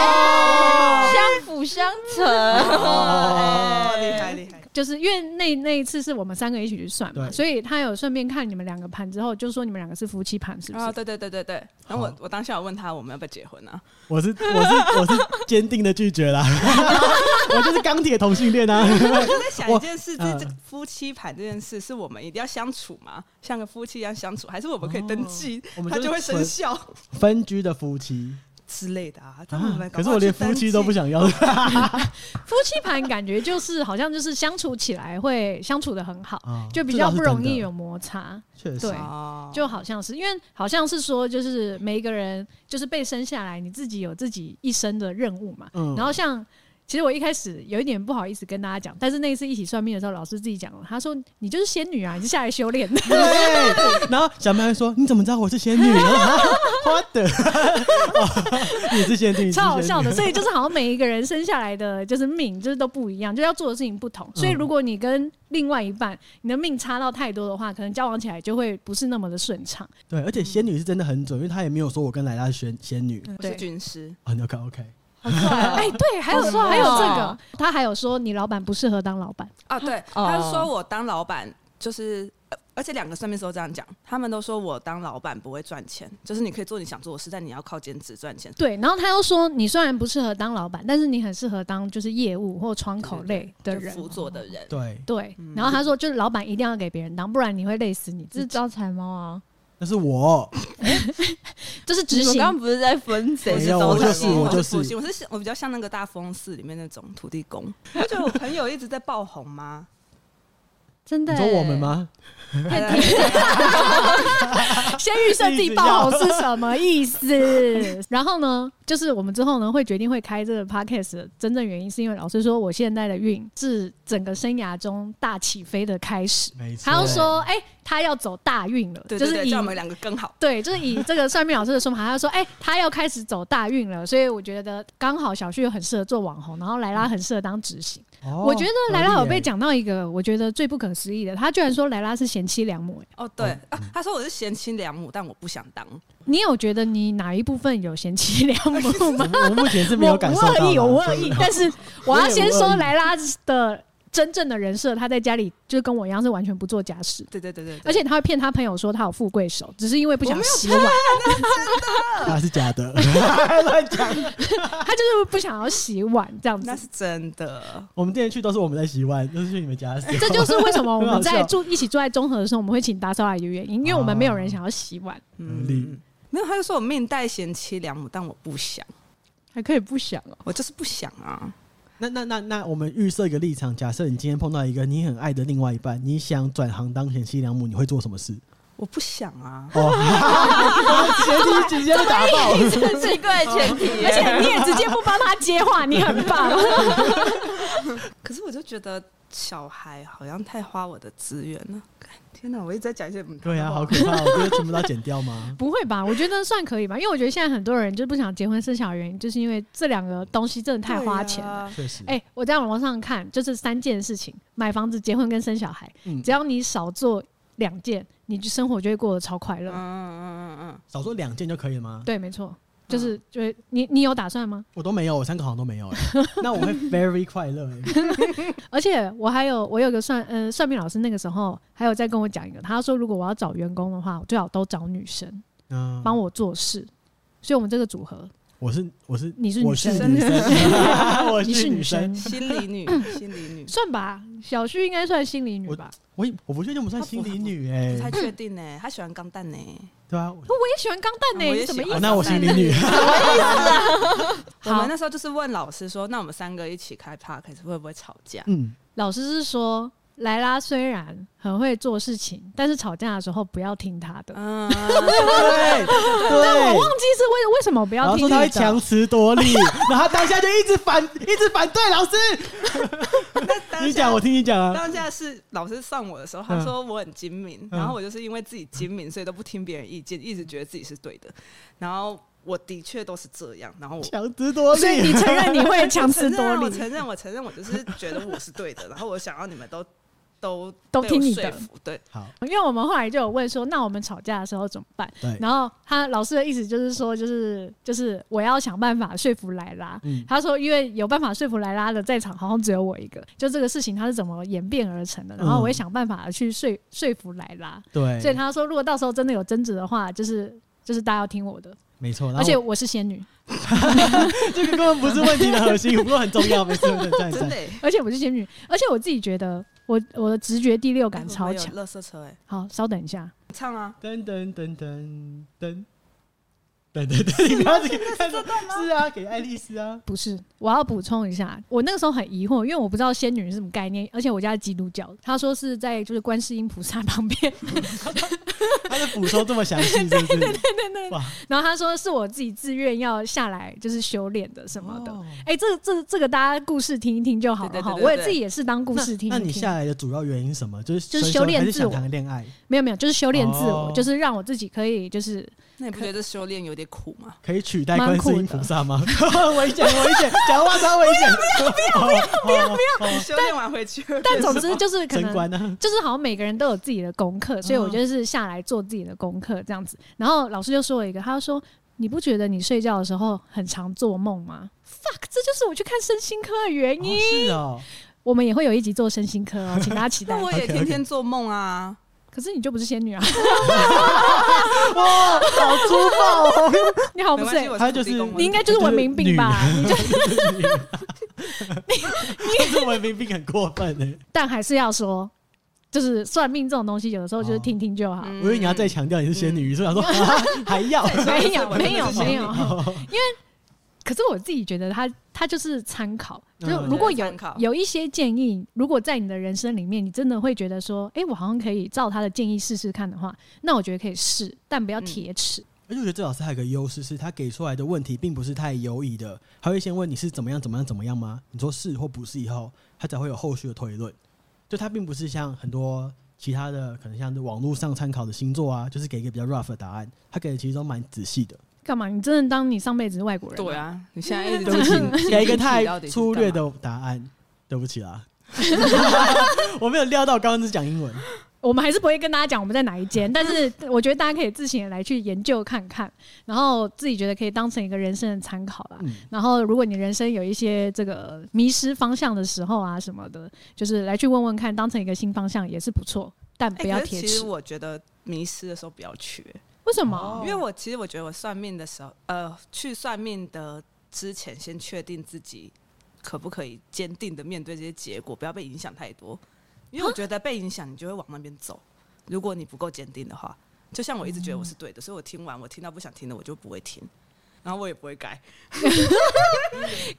Speaker 4: 哦相辅相 成。哎
Speaker 1: 哦，厉害厉害！
Speaker 2: 就是因为那那一次是我们三个一起去算嘛，
Speaker 3: 对
Speaker 2: 所以他有顺便看你们两个盘之后，就说你们两个是夫妻盘，是不是？
Speaker 1: 啊，对对对对对。然后我
Speaker 3: 好
Speaker 1: 我当下有问他我们要不要结婚啊？
Speaker 3: 我是我是我是坚定的拒绝啦，我就是钢铁同性恋啊，
Speaker 1: 我在想
Speaker 3: 我
Speaker 1: 一件事，这
Speaker 3: 嗯
Speaker 1: 这个夫妻盘这件事，是我们一定要相处吗？像个夫妻一样相处，还是我们可以登记
Speaker 3: 我，们
Speaker 1: 他
Speaker 3: 就是
Speaker 1: 就会
Speaker 3: 纯
Speaker 1: 生效
Speaker 3: 分居的夫妻
Speaker 1: 之类的啊？这样我
Speaker 3: 啊
Speaker 1: 们，搞
Speaker 3: 可
Speaker 1: 不
Speaker 3: 是
Speaker 1: 好
Speaker 3: 我连
Speaker 1: 去登
Speaker 3: 夫妻都
Speaker 1: 记
Speaker 3: 不想要，
Speaker 2: 夫妻盘感觉就是好像就是相处起来会相处的很好，
Speaker 3: 啊
Speaker 2: 就比较不容易有，摩擦，
Speaker 3: 这倒是真的确实
Speaker 2: 对
Speaker 1: 哦
Speaker 2: 就好像是因为好像是说就是每一个人就是被生下来，你自己有自己一生的任务嘛，
Speaker 3: 嗯
Speaker 2: 然后像。其实我一开始有一点不好意思跟大家讲，但是那一次一起算命的时候，老师自己讲了，他说你就是仙女啊，你是下来修炼的。
Speaker 3: 对，然后小妹还说：“你怎么知道我是仙女？” 啊花的，哦 你是仙女，你是仙女
Speaker 2: 超好笑的。所以 就是好像每一个人生下来的就是命，就是都不一样，就要做的事情不同。
Speaker 3: 嗯
Speaker 2: 所以如果你跟另外一半，你的命差到太多的话，可能交往起来就会不是那么的顺畅。
Speaker 3: 对，而且仙女是真的很准，因为她也没有说我跟莱拉是仙仙女
Speaker 1: 嗯我是
Speaker 2: 对，
Speaker 1: 军师，
Speaker 3: 啊。你要看 OK，
Speaker 2: 哎、对，还有
Speaker 4: 好帅哦
Speaker 2: 还有这个，他还有说你老板不适合当老板，
Speaker 1: 啊，对，
Speaker 4: 哦
Speaker 1: 他说我当老板就是。呃而且两个算命师都这样讲，他们都说我当老板不会赚钱，就是你可以做你想做的事，但你要靠兼职赚钱。
Speaker 2: 对。然后他又说你虽然不适合当老板，但是你很适合当就是业务或窗口类的
Speaker 1: 就是
Speaker 2: 人。
Speaker 1: 辅佐的人，
Speaker 3: 对，
Speaker 2: 对，然后他说，就是老板一定要给别人当，不然你会累死你自
Speaker 4: 这是
Speaker 2: 己。
Speaker 4: 招财猫啊，
Speaker 3: 那是我，
Speaker 2: 就是执
Speaker 4: 你们
Speaker 2: 行
Speaker 4: 刚。刚不是在分谁是
Speaker 3: 没有
Speaker 4: 招
Speaker 3: 我
Speaker 4: 财
Speaker 3: 就是
Speaker 4: 猫
Speaker 1: 我
Speaker 4: 吗？
Speaker 3: 就
Speaker 1: 福星，我是我比较像那个大风寺里面那种土地公。就我朋友一直在爆红吗？
Speaker 2: 真的
Speaker 3: 你
Speaker 2: 欸、
Speaker 3: 说我们吗？
Speaker 2: 先预设自己爆红是什么意 思？然后呢，就是我们之后呢会决定会开这个 podcast 的真正原因，是因为老师说我现在的运是整个生涯中大起飞的开始。
Speaker 3: 没错，
Speaker 2: 他要说，哎、他要走大运了，
Speaker 1: 对
Speaker 2: 就
Speaker 1: 对
Speaker 2: 是
Speaker 1: 对，
Speaker 2: 以
Speaker 1: 叫我们两个更好。
Speaker 2: 对，就是以这个算命老师的说法，他就说，哎、他要开始走大运了，所以我觉得刚好小旭很适合做网红，然后莱拉很适合当执行。
Speaker 3: 哦，
Speaker 2: 我觉得莱拉有被
Speaker 3: 合理耶，
Speaker 2: 讲到一个我觉得最不可思议的，他居然说莱拉是贤妻良母、哎，
Speaker 1: 哦，对啊，他说我是贤妻良母，但我不想当。
Speaker 2: 你有觉得你哪一部分有贤妻良母吗？
Speaker 3: 我我目 前是没有感受到
Speaker 2: 我
Speaker 3: 啦
Speaker 2: 恶意，我恶
Speaker 3: 真
Speaker 2: 意
Speaker 3: 的，
Speaker 2: 但 是我要先
Speaker 3: 我也无恶
Speaker 2: 说
Speaker 3: 意
Speaker 2: 莱拉的真正的人设，她在家里就是跟我一样是完全不做家事，
Speaker 1: 对对对对，对
Speaker 2: 而且她会骗她朋友说她有富贵手，只是因为不想洗碗，
Speaker 3: 他是假的，乱
Speaker 2: 她
Speaker 3: 讲。
Speaker 2: 就是不想要洗碗这样
Speaker 1: 那
Speaker 2: 子。
Speaker 1: 是真的。
Speaker 3: 我们之前去都是我们在洗碗，都是去你们家的时候
Speaker 2: 这就是为什么我
Speaker 3: 很好
Speaker 2: 们
Speaker 3: 笑
Speaker 2: 在住一起住在中和的时候，我们会请打扫阿姨的原因，因为我们没有人想要洗碗，
Speaker 3: 合理
Speaker 1: 嗯，没有，他就说我命带贤妻良母，但我不想，
Speaker 2: 还可以不想哦。
Speaker 1: 我就是不想啊。
Speaker 3: 那那那那，我们预设一个立场，假设你今天碰到一个你很爱的另外一半，你想转行当贤妻良母，你会做什么事？
Speaker 1: 我不想啊，
Speaker 3: 哦，我前提直接打爆，
Speaker 4: 很 奇怪的前提
Speaker 2: 而
Speaker 4: 耶，
Speaker 2: 且你也直接不帮她接话，你很 棒。
Speaker 1: 可是我就觉得小孩好像太花我的资源了。干天哪，我一直在讲一些嗯
Speaker 3: 对啊，好
Speaker 1: 话
Speaker 3: 可怕！我觉得全部都要剪掉吗？
Speaker 2: 不会吧？我觉得算可以吧，因为我觉得现在很多人就是不想结婚生小孩，原因就是因为这两个东西真的太花钱了。
Speaker 1: 对啊
Speaker 3: 确实，
Speaker 2: 哎、我在网络上看，就是三件事情：买房子、结婚跟生小孩。
Speaker 3: 嗯
Speaker 2: 只要你少做两件，你就生活就会过得超快乐。
Speaker 1: 嗯嗯嗯嗯
Speaker 3: 少说两件就可以了吗？
Speaker 2: 对，没错，就是就是你你有打算吗？
Speaker 3: 我都没有，我三个好像都没 有。哎那我会 very 快乐。哎
Speaker 2: 而且我还有我有个算呃算命老师，那个时候还有在跟我讲一个，他说如果我要找员工的话，我最好都找女生
Speaker 3: 嗯，
Speaker 2: 帮我做事。所以我们这个组合，
Speaker 3: 我是我是
Speaker 2: 你是
Speaker 3: 我
Speaker 2: 女
Speaker 3: 是
Speaker 2: 生，
Speaker 3: 女生，我
Speaker 2: 你
Speaker 3: 哦是
Speaker 2: 是
Speaker 3: 女
Speaker 2: 女
Speaker 3: 生
Speaker 2: 生，
Speaker 1: 嗯，心理女，心理女，
Speaker 2: 算吧，小旭应该算心理女吧。
Speaker 3: 我也我不确定我们算心理女
Speaker 1: 不
Speaker 3: 哎，
Speaker 1: 太确定呢。他喜欢钢蛋呢，
Speaker 3: 对啊，我
Speaker 2: 哦我也喜欢钢蛋呢、欸
Speaker 1: 啊我也
Speaker 2: 你什么
Speaker 1: 喜
Speaker 2: 意
Speaker 1: 欢
Speaker 3: 哦
Speaker 2: 思？
Speaker 3: 那我心理 女，
Speaker 1: 我们
Speaker 2: 好，
Speaker 1: 那时候就是问老师说，那我们三个一起开 p a r k 会不会吵架？
Speaker 3: 嗯，
Speaker 2: 老师是说，莱拉虽然很会做事情，但是吵架的时候不要听她的。
Speaker 1: 嗯，
Speaker 3: 对
Speaker 2: 我
Speaker 3: 对
Speaker 2: 忘。记是为为什么不
Speaker 3: 然
Speaker 2: 要
Speaker 3: 后
Speaker 2: 听
Speaker 3: 说
Speaker 2: 你
Speaker 3: 他会
Speaker 2: 的。
Speaker 3: 强词夺理，然后他当下就一直反，一直反对老师。你讲，我听你讲啊。
Speaker 1: 当下是老师上我的时候，他说我很精明，
Speaker 3: 嗯
Speaker 1: 然后我就是因为自己精明，所以都不听别人意见，一直觉得自己是对的。然后我的确都是这样，然后我。
Speaker 3: 强词夺
Speaker 2: 哦所以
Speaker 3: 理
Speaker 2: 你，承认你会强词
Speaker 1: 我
Speaker 2: 夺
Speaker 3: 啊
Speaker 1: 承认我
Speaker 2: 理？
Speaker 1: 承认，我承认，我就是觉得我是对 的，然后我想要你们都都
Speaker 2: 都
Speaker 1: 被
Speaker 2: 听
Speaker 1: 我
Speaker 2: 你
Speaker 1: 说
Speaker 2: 的
Speaker 1: 服对，
Speaker 3: 好，
Speaker 2: 因为我们后来就有问说，那我们吵架的时候怎么办？
Speaker 3: 对，
Speaker 2: 然后他老师的意思就是说，就是就是我要想办法说服莱拉。
Speaker 3: 嗯
Speaker 2: 他说，因为有办法说服莱拉的在场好像只有我一个，就这个事情它是怎么演变而成的，然后我会
Speaker 3: 嗯
Speaker 2: 想办法去说说服莱拉。
Speaker 3: 对，
Speaker 2: 所以他说，如果到时候真的有争执的话，就是就是大家要听我的，
Speaker 3: 没错。然
Speaker 2: 而且
Speaker 3: 后
Speaker 2: 我是仙女，
Speaker 3: 这个根本不是问题的 核心，不过很重要，没事，很赞
Speaker 1: 真的
Speaker 3: 赞。
Speaker 1: 欸，
Speaker 2: 而且我是仙女，而且我自己觉得我我的直觉第六感超强。
Speaker 1: 乐色车哎，
Speaker 2: 好，稍等一下，
Speaker 1: 唱啊，
Speaker 3: 噔噔噔噔噔噔噔噔，你刚刚这个看着是啊，给爱丽丝啊，
Speaker 2: 不是，我要补充一下，我那个时候很疑惑，因为我不知道仙女是什么概念，而且我家是基督教，他说是在就是观世音菩萨旁边，
Speaker 3: 他的补充这么详细，是不是？哇，
Speaker 2: 然后他说是我自己自愿要下来就是修炼的什么的。
Speaker 3: 哦
Speaker 2: 哎、这个这个这个大家故事听一听就好
Speaker 1: 对对
Speaker 2: 了哈，
Speaker 1: 对对
Speaker 2: 我也
Speaker 1: 对
Speaker 2: 自己也是当故
Speaker 3: 那
Speaker 2: 事听一听。
Speaker 3: 那你下来的主要原因是什么？就是
Speaker 2: 就是
Speaker 3: 纯
Speaker 2: 修
Speaker 3: 粹
Speaker 2: 炼
Speaker 3: 还是
Speaker 2: 自
Speaker 3: 想
Speaker 2: 我
Speaker 3: 谈恋爱，
Speaker 2: 没有没有，就是修炼自我，
Speaker 3: 哦
Speaker 2: 就是让我自己可以就是
Speaker 1: 那你不觉得修炼有点苦吗？
Speaker 3: 可以取代
Speaker 2: 蛮
Speaker 3: 观世
Speaker 2: 酷
Speaker 3: 音
Speaker 2: 的
Speaker 3: 菩萨吗？ 危险危险，讲话超危险！哦不要不要不要不要！
Speaker 1: 修炼完回去，
Speaker 2: 哦但总之就是可
Speaker 3: 城
Speaker 2: 能
Speaker 3: 关呢？
Speaker 2: 就是好像每个人都有自己的功课，所以
Speaker 1: 嗯
Speaker 2: 我就是下来做自己的功课这样子。然后老师就说了一个，他就说：“你不觉得你睡觉的时候很常做梦吗？”fuck，这就是我去看身心科的原
Speaker 3: 哦
Speaker 2: 因。
Speaker 3: 是哦，
Speaker 2: 我们也会有一集做身心科哦，请大家 期
Speaker 1: 那
Speaker 2: 待。
Speaker 1: 我也
Speaker 3: OK，OK
Speaker 1: 天天做梦啊，
Speaker 2: 可是你就不是仙女啊，
Speaker 3: 哇，好粗暴 哦！
Speaker 2: 你好
Speaker 1: 没
Speaker 2: 不
Speaker 1: 关
Speaker 2: 是
Speaker 1: 系，？我
Speaker 3: 他
Speaker 1: 土地
Speaker 3: 就是
Speaker 1: 公我
Speaker 2: 你应该就是文明病吧？ 你就
Speaker 3: 你你文明病很过分呢。欸
Speaker 2: 但还是要说，就是算命这种东西，有的时候就是听听就好。
Speaker 1: 嗯
Speaker 3: 我以为你要再强调你是仙女，所以想说 哈哈还要。
Speaker 2: 没 有， 没有，没有。
Speaker 3: 哦
Speaker 2: 可是我自己觉得它，它就是参考。就
Speaker 3: 嗯
Speaker 2: 是如果有
Speaker 1: 参考
Speaker 2: 有一些建议，如果在你的人生里面，你真的会觉得说，哎、我好像可以照他的建议试试看的话，那我觉得可以试，但不要铁齿。
Speaker 3: 而且我觉得这老师还有个优势，是他给出来的问题并不是太犹疑的，他会先问你是怎么样怎么样怎么样吗？你说是或不是以后，他才会有后续的推论。就他并不是像很多其他的，可能像是网络上参考的星座啊，就是给一个比较 rough 的答案，他给的其实都蛮仔细的。
Speaker 2: 干、嘛？你真的当你上辈子是外国人？
Speaker 1: 对。啊，你现在一直
Speaker 3: 嗯 对不起，给一个太
Speaker 1: 到底是
Speaker 3: 粗略
Speaker 1: 干嘛，
Speaker 3: 的答案，对不起啦。 我没有料到刚刚是讲英文，
Speaker 2: 我们还是不会跟大家讲我们在哪一间，但是我觉得大家可以自行地来去研究看看，然后自己觉得可以当成一个人生的参考啦。
Speaker 3: 嗯，
Speaker 2: 然后，如果你人生有一些这个迷失方向的时候啊什么的，就是来去问问看，当成一个新方向也是不错，但
Speaker 1: 哎
Speaker 2: 不要
Speaker 1: 可是
Speaker 2: 铁
Speaker 1: 其实
Speaker 2: 齿。
Speaker 1: 我觉得迷失的时候不要去、
Speaker 2: 为什么？
Speaker 1: 因为我其实我觉得我算命的时候，呃，去算命的之前先确定自己可不可以坚定的面对这些结果，不要被影响太多。因为我觉得被影响，你就会往那边走。如果你不够坚定的话，就像我一直觉得我是对的，所以我听完我听到不想听的，我就不会听，然后我也不会改。
Speaker 3: 我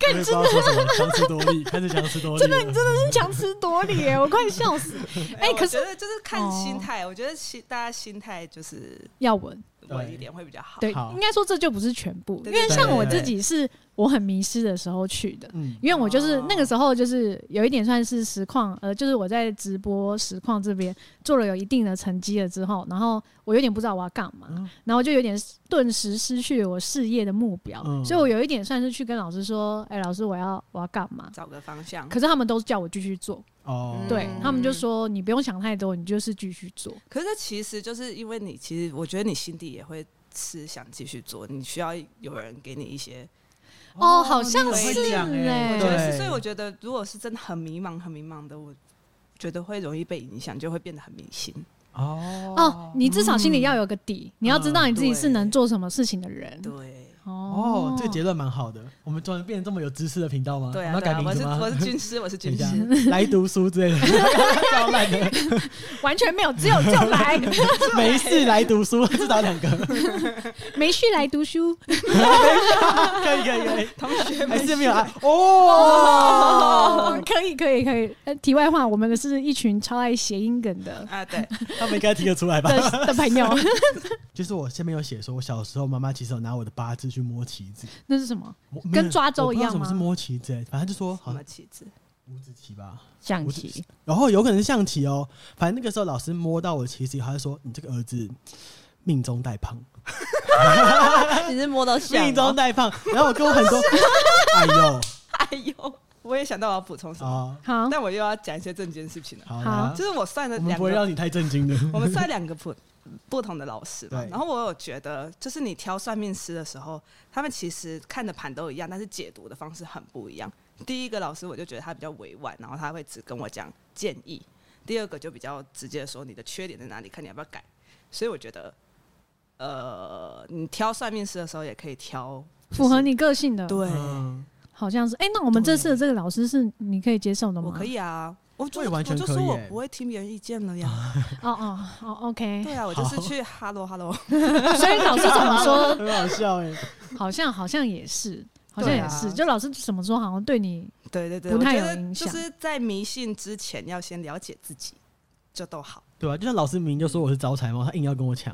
Speaker 3: 也不知道说什么，强词夺理，开始强词夺理了。真的，你真的
Speaker 2: 真强词夺理耶，我快笑死！ 哎、可
Speaker 1: 我
Speaker 2: 是哦
Speaker 1: 觉得就是看心态，我觉得心大家心态就是
Speaker 2: 要稳，
Speaker 1: 稳一点会比较好。
Speaker 2: 对，
Speaker 3: 好
Speaker 2: 应该说这就不是全部，因
Speaker 1: 对对
Speaker 2: 为
Speaker 1: 对
Speaker 2: 像
Speaker 3: 对
Speaker 2: 我
Speaker 3: 对
Speaker 2: 自己是我很迷失的时候去的。
Speaker 3: 嗯，
Speaker 2: 因为我就是
Speaker 1: 哦
Speaker 2: 那个时候，就是有一点算是实况，呃，就是我在直播实况这边做了有一定的成绩了之后，然后我有点不知道我要干嘛，
Speaker 3: 嗯
Speaker 2: 然后就有点顿时失去了我事业的目标，
Speaker 3: 嗯
Speaker 2: 所以我有一点算是去跟老师说，哎、老师我要我要干嘛？
Speaker 1: 找个方向。
Speaker 2: 可是他们都叫我继续做，
Speaker 3: 哦，
Speaker 2: 对、
Speaker 1: 嗯
Speaker 2: 他们就说你不用想太多，你就是继续做。
Speaker 1: 可是这其实就是因为你，其实我觉得你心底也会是想继续做，你需要有人给你一些，
Speaker 2: 哦好像
Speaker 3: 你很会
Speaker 2: 是欸
Speaker 3: 讲
Speaker 1: 我
Speaker 3: 哎
Speaker 1: 觉得
Speaker 3: 对，
Speaker 1: 是，所以我觉得如果是真的很迷茫、很迷茫的，我觉得会容易被影响，就会变得很迷信。
Speaker 3: 哦
Speaker 2: 哦，你至少心里要有个底，你要知道你自己是
Speaker 1: 嗯
Speaker 2: 能做什么事情的人。
Speaker 1: 哦对，
Speaker 3: 哦，这个结论蛮好的。我们突然变成这么有知识的频道吗？
Speaker 1: 对
Speaker 3: 我
Speaker 1: 啊，
Speaker 3: 们要
Speaker 1: 对
Speaker 3: 哦改
Speaker 1: 啊，
Speaker 3: 名
Speaker 1: 我
Speaker 3: 字
Speaker 1: 是
Speaker 3: 吗
Speaker 1: 我？是军师，我是
Speaker 3: 等一
Speaker 1: 军
Speaker 3: 下
Speaker 1: 师，
Speaker 3: 来读书之类 的，超烂的。
Speaker 2: 完全没有，只有就 来，
Speaker 3: 没事，来读书，至少两 个，
Speaker 2: 没事来读书。
Speaker 3: 可以可以可以，
Speaker 1: 同学
Speaker 3: 还
Speaker 1: 们
Speaker 3: 是没有爱哦。
Speaker 2: 哦，可以可以可以。呃，题外话，我们是一群超爱谐音梗的
Speaker 1: 啊，对，
Speaker 3: 他们应该听得出来吧？
Speaker 2: 的 的朋友，
Speaker 3: 就是我下面有写说，我小时候妈妈其实有拿我的八字去摸棋子，
Speaker 2: 那是什么？
Speaker 3: 摸没
Speaker 2: 跟
Speaker 3: 有
Speaker 2: 抓周
Speaker 3: 我不知
Speaker 2: 一
Speaker 3: 道
Speaker 2: 样
Speaker 3: 什么是
Speaker 2: 吗
Speaker 3: 摸棋子？欸反正就说
Speaker 1: 什
Speaker 3: 好像
Speaker 1: 么棋子？
Speaker 3: 五子棋吧，
Speaker 4: 象
Speaker 3: 五子
Speaker 4: 棋
Speaker 3: 棋，然后有可能是象棋哦。反正那个时候老师摸到我棋子以后，他就说你这个儿子命中带胖。
Speaker 4: 你是摸到象
Speaker 3: 命中
Speaker 4: 吗？
Speaker 3: 带胖。然后我跟我很多，哎呦
Speaker 1: 哎呦，我也想到我要补充什么，
Speaker 3: 啊，
Speaker 2: 好，
Speaker 1: 但我又要讲一些正经事情了。
Speaker 3: 好，
Speaker 2: 好
Speaker 3: 来啊
Speaker 1: 就是我算了
Speaker 3: 我们
Speaker 1: 两
Speaker 3: 不会
Speaker 1: 个
Speaker 3: 让你太震惊的。
Speaker 1: 我们算两个不不同的老师嘛
Speaker 3: 对，
Speaker 1: 然后我有觉得，就是你挑算命师的时候，他们其实看的盘都一样，但是解读的方式很不一样。第一个老师我就觉得他比较委婉，然后他会只跟我讲建议；第二个就比较直接地说你的缺点在哪里，看你要不要改。所以我觉得，呃，你挑算命师的时候也可以挑就是
Speaker 2: 符合你个性的，
Speaker 1: 对，
Speaker 3: 嗯，
Speaker 2: 好像是。哎，那我们这次的这个老师是你可以接受的
Speaker 1: 我
Speaker 2: 吗？
Speaker 1: 可。以啊。我就
Speaker 3: 我也完全
Speaker 1: 我就说
Speaker 3: 可以
Speaker 1: 我
Speaker 3: 欸
Speaker 1: 不会听别人意见了 呀。
Speaker 2: 哦哦哦 ，OK。
Speaker 1: 对啊，我就是去 hello hello，
Speaker 2: 所以老师怎么说，
Speaker 3: 很好笑哎。
Speaker 2: 好像好像也是，好像
Speaker 1: 对
Speaker 2: 也
Speaker 1: 啊
Speaker 2: 是。就老师怎么说，好像对你
Speaker 1: 对对对，
Speaker 2: 不
Speaker 1: 我
Speaker 2: 太
Speaker 1: 觉
Speaker 2: 有
Speaker 1: 得
Speaker 2: 影响
Speaker 1: 就是在迷信之前，要先了解自己，就都好。
Speaker 3: 对吧？啊就像老师明明就说我是招财猫，他硬要跟我抢。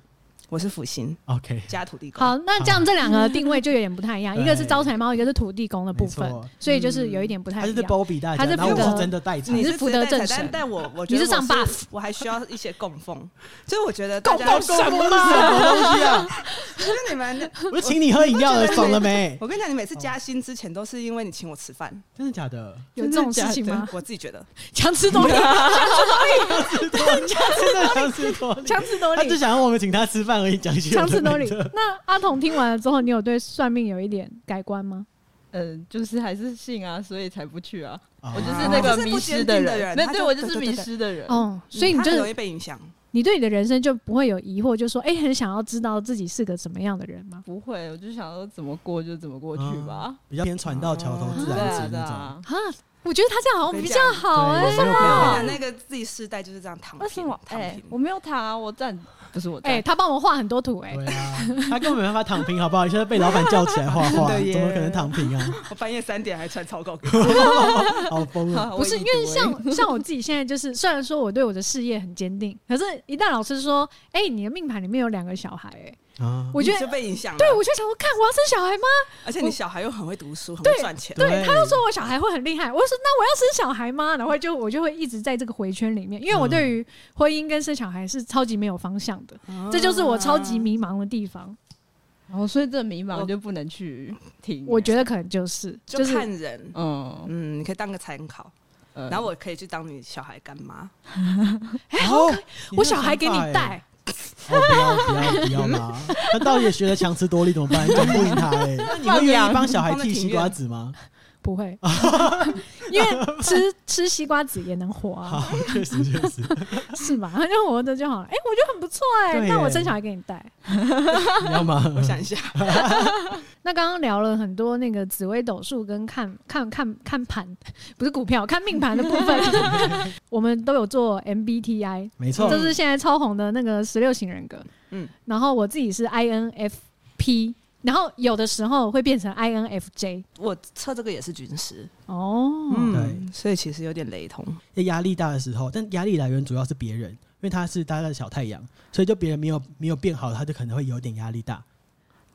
Speaker 1: 我是辅星
Speaker 3: OK，
Speaker 1: 加土地公，
Speaker 2: 好。那这样这两个定位就有点不太一 样，
Speaker 3: 对
Speaker 2: 一个是招财猫，一个是土地公的部
Speaker 3: 哎没
Speaker 2: 分
Speaker 3: 错，
Speaker 2: 所以就是有一点不太
Speaker 3: 他
Speaker 2: 一
Speaker 3: 是在
Speaker 2: 样。
Speaker 3: 包庇大家，
Speaker 2: 他是
Speaker 3: 然后我
Speaker 1: 负
Speaker 3: 是
Speaker 1: 责
Speaker 3: 真的带财
Speaker 2: 你。是
Speaker 1: 值
Speaker 2: 福德
Speaker 1: 得
Speaker 2: 正
Speaker 1: 带彩
Speaker 2: 神
Speaker 1: 但但我我觉得
Speaker 2: 你是上
Speaker 1: 我
Speaker 2: buff
Speaker 1: 我还需要一些供奉，所以我觉得大
Speaker 3: 供
Speaker 1: 家
Speaker 3: 奉什么东西啊？
Speaker 1: 就是你们，
Speaker 3: 我就请你喝饮料了，爽了没？
Speaker 1: 我跟你讲，你每次加薪之前都是因为你请我吃饭，
Speaker 2: 哦
Speaker 3: 真的假的？
Speaker 2: 有这种事情吗？
Speaker 1: 我自己觉得，
Speaker 2: 强词夺理，
Speaker 3: 真的 强词夺理。
Speaker 2: 强词夺
Speaker 3: 他
Speaker 2: 理
Speaker 3: 只。想让我们请他吃饭而已，讲一些有
Speaker 2: 强
Speaker 3: 的
Speaker 2: 词夺
Speaker 3: 没
Speaker 2: 理
Speaker 3: 的。
Speaker 2: 那阿童听完了之后，你有对算命有一点改观吗？
Speaker 4: 嗯、就是还是信啊，所以才不去啊。
Speaker 3: 啊
Speaker 4: 我就是那个
Speaker 1: 就是
Speaker 4: 迷
Speaker 1: 不
Speaker 4: 失
Speaker 1: 坚定
Speaker 4: 的
Speaker 1: 的人
Speaker 4: 没
Speaker 1: 他
Speaker 4: 对
Speaker 1: 就
Speaker 4: 我就是
Speaker 1: 对对
Speaker 4: 迷
Speaker 1: 对
Speaker 4: 失的人。
Speaker 2: 哦，所以你
Speaker 1: 他
Speaker 2: 就
Speaker 1: 嗯很容
Speaker 2: 是哦
Speaker 1: 易被影响。
Speaker 2: 你对你的人生就不会有疑惑，就说哎、诶很想要知道自己是个什么样的人吗？
Speaker 4: 不会，我就想说怎么过就怎么过去吧。
Speaker 3: 比较偏传到桥头自
Speaker 4: 对
Speaker 3: 然
Speaker 4: 啊，
Speaker 3: 直
Speaker 4: 对
Speaker 3: 嗯那种。
Speaker 4: 啊，
Speaker 2: 哈，我觉得他这样好像比较好哎、
Speaker 3: 对没有
Speaker 1: 没有
Speaker 3: 办
Speaker 1: 我
Speaker 3: 法
Speaker 1: 跟你讲那个自己世代就是这样躺平，
Speaker 4: 为什么？
Speaker 1: 躺
Speaker 4: 哎
Speaker 1: 平，，
Speaker 4: 我没有躺啊，我站不是我
Speaker 2: 哎、
Speaker 4: 站，
Speaker 2: 他帮我画很多图哎、
Speaker 3: 对啊，他根本没办法躺平，好不好？你现在被老板叫起来画 画，
Speaker 1: 真的耶
Speaker 3: 怎么可能躺平啊？
Speaker 1: 我半夜三点还传草稿给你，
Speaker 3: 好 疯啊！
Speaker 4: 好
Speaker 2: 不是
Speaker 4: 我已
Speaker 2: 因
Speaker 4: 读
Speaker 2: 为 像 像我自己现在就是，虽然说我对我的事业很坚定，可是一旦老师说，哎、你的命盘里面有两个小孩、哎，
Speaker 3: 啊，
Speaker 2: 我觉
Speaker 1: 你就
Speaker 2: 得。
Speaker 1: 被影响了。
Speaker 2: 对，我就想说，看我要生小孩吗？
Speaker 1: 而且你小孩又很会读书，很会赚钱，
Speaker 2: 对，他又说我小孩会很厉害，我就说那我要生小孩吗？然后就我就会一直在这个回圈里面，因为我
Speaker 3: 嗯
Speaker 2: 对于婚姻跟生小孩是超级没有方向的，这就是我超级
Speaker 1: 嗯
Speaker 2: 迷茫的地方。
Speaker 4: 然哦后所以这迷茫
Speaker 1: 我
Speaker 4: 就不能去
Speaker 3: 嗯
Speaker 4: 听。
Speaker 2: 我觉得可能就是
Speaker 1: 就是看人。
Speaker 4: 嗯，
Speaker 1: 嗯，你可以当个参考，
Speaker 4: 嗯，
Speaker 1: 然后我可以去当你小孩干妈。
Speaker 3: 然后
Speaker 2: 哎我小孩给你
Speaker 3: 欸
Speaker 2: 带，
Speaker 3: 哦，不要不要不要 啦！那到底也学的强词夺理怎么办？整不赢他哎、你会愿意帮小孩剃西瓜子 吗？
Speaker 2: 不 会，因为吃吃西瓜子也能活啊，
Speaker 3: 好，确实确实，
Speaker 2: 是吧？ 他就活着就好了。哎、我觉得很不错哎、
Speaker 3: 对耶
Speaker 2: 那我生小孩给你带。
Speaker 3: 你要吗？
Speaker 1: 我想一下，
Speaker 2: 那刚刚聊了很多那个紫微斗数跟看看看看盘，不是股票，看命盘的部分， 我们都有做 MBTI，
Speaker 3: 没错
Speaker 2: 这，是现在超红的那个十六型人格。嗯
Speaker 1: 哦嗯，
Speaker 2: 然后我自己是 INFP，然后有的时候会变成 INFJ。
Speaker 1: 我测这个也是军师，
Speaker 2: 哦，
Speaker 1: 嗯，所以其实有点雷同。
Speaker 3: 在压力大的时候，但压力来源主要是别人，因为他是大家的小太阳，所以就别人没有没有变好，他就可能会有点压力大，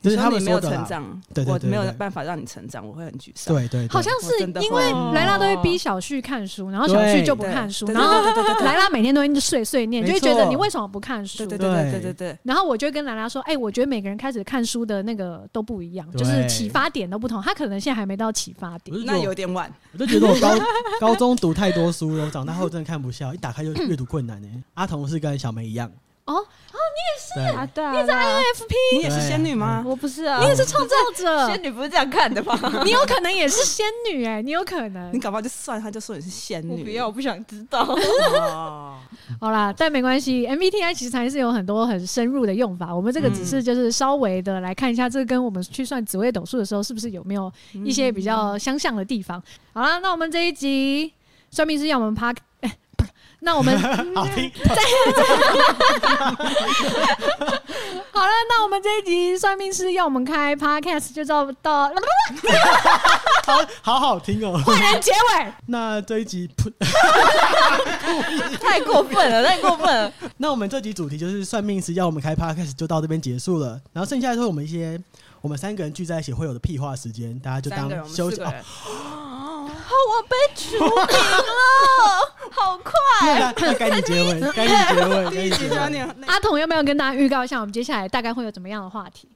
Speaker 3: 就是他
Speaker 1: 你
Speaker 3: 们
Speaker 1: 没有
Speaker 3: 的啦
Speaker 1: 成。长，
Speaker 3: 对对对
Speaker 1: 我
Speaker 3: 对
Speaker 1: 没有办法让你成长，我会很沮丧。
Speaker 3: 对对对，
Speaker 2: 好像
Speaker 1: 我
Speaker 2: 是
Speaker 1: 真的
Speaker 2: 因
Speaker 1: 会嗯
Speaker 2: 为
Speaker 4: 哦
Speaker 2: 莱拉都会逼小旭看书，然后小旭
Speaker 3: 对
Speaker 2: 就不
Speaker 1: 对
Speaker 2: 看书，
Speaker 1: 对
Speaker 2: 然后
Speaker 1: 对对对对
Speaker 2: 莱拉每天都一直碎碎念，就会觉得
Speaker 3: 没错
Speaker 2: 你为什么不看书
Speaker 1: 对？对
Speaker 3: 对
Speaker 1: 对对对对
Speaker 2: 然后我就会跟兰兰说，哎、我觉得每个人开始看书的那个都不一样，
Speaker 3: 对
Speaker 2: 就是启发点都不同。他可能现在还没到启发点
Speaker 3: 我，
Speaker 1: 对，
Speaker 3: 就
Speaker 1: 那
Speaker 3: 觉
Speaker 1: 有
Speaker 3: 得
Speaker 1: 点晚。
Speaker 3: 我就觉得我高高中读太多书了，我长大后真的看不下，一打开就阅读困难呢、欸阿童是跟小梅一样
Speaker 2: 哦哦，
Speaker 3: 你也
Speaker 4: 啊，对啊，你
Speaker 1: 你也是仙女吗？
Speaker 4: 我不是啊，
Speaker 2: 你也是创造者
Speaker 4: 仙，女不是这样看的吗？
Speaker 2: 你有可能也是仙女哎、你有可能
Speaker 1: 你。搞不好就算他就说你是仙
Speaker 4: 我
Speaker 1: 女，
Speaker 4: 不要，我不想知道。
Speaker 1: 哦。
Speaker 2: 好啦，但没关系，MBTI 其实还是有很多很深入的用法。我们这个只是就是稍微的来看一下，这跟我们去算紫微斗数的时候，是不是有没有
Speaker 1: 嗯
Speaker 2: 一些比较相像的地方？好啦，那我们这一集算命师要我们 park，、哎不是 那我们
Speaker 3: 好听。
Speaker 2: 好了，那我们这一集算命师要我们开 podcast 就到到快
Speaker 3: 好好好听哦、
Speaker 2: 点结尾。
Speaker 3: 那这一集，噗
Speaker 4: 太过分了，太过分了！
Speaker 3: 那我们这集主题就是算命师要我们开 podcast 就到这边结束了，然后剩下的是我们一些我们三个人聚在一起会有的屁话时间，大家就
Speaker 1: 三个人，
Speaker 3: 当
Speaker 1: 我们
Speaker 3: 休
Speaker 1: 四
Speaker 3: 息
Speaker 1: 个
Speaker 3: 哦
Speaker 1: 人。
Speaker 4: 好，我被除名了，好快！
Speaker 3: 那那该你结尾，该你结尾，该
Speaker 1: 第一
Speaker 3: 你
Speaker 1: 集
Speaker 3: 结
Speaker 1: 就要
Speaker 3: 尾。
Speaker 1: 念那
Speaker 2: 阿童要不要跟大家预告一下，我们接下来大概会有怎么样的话题？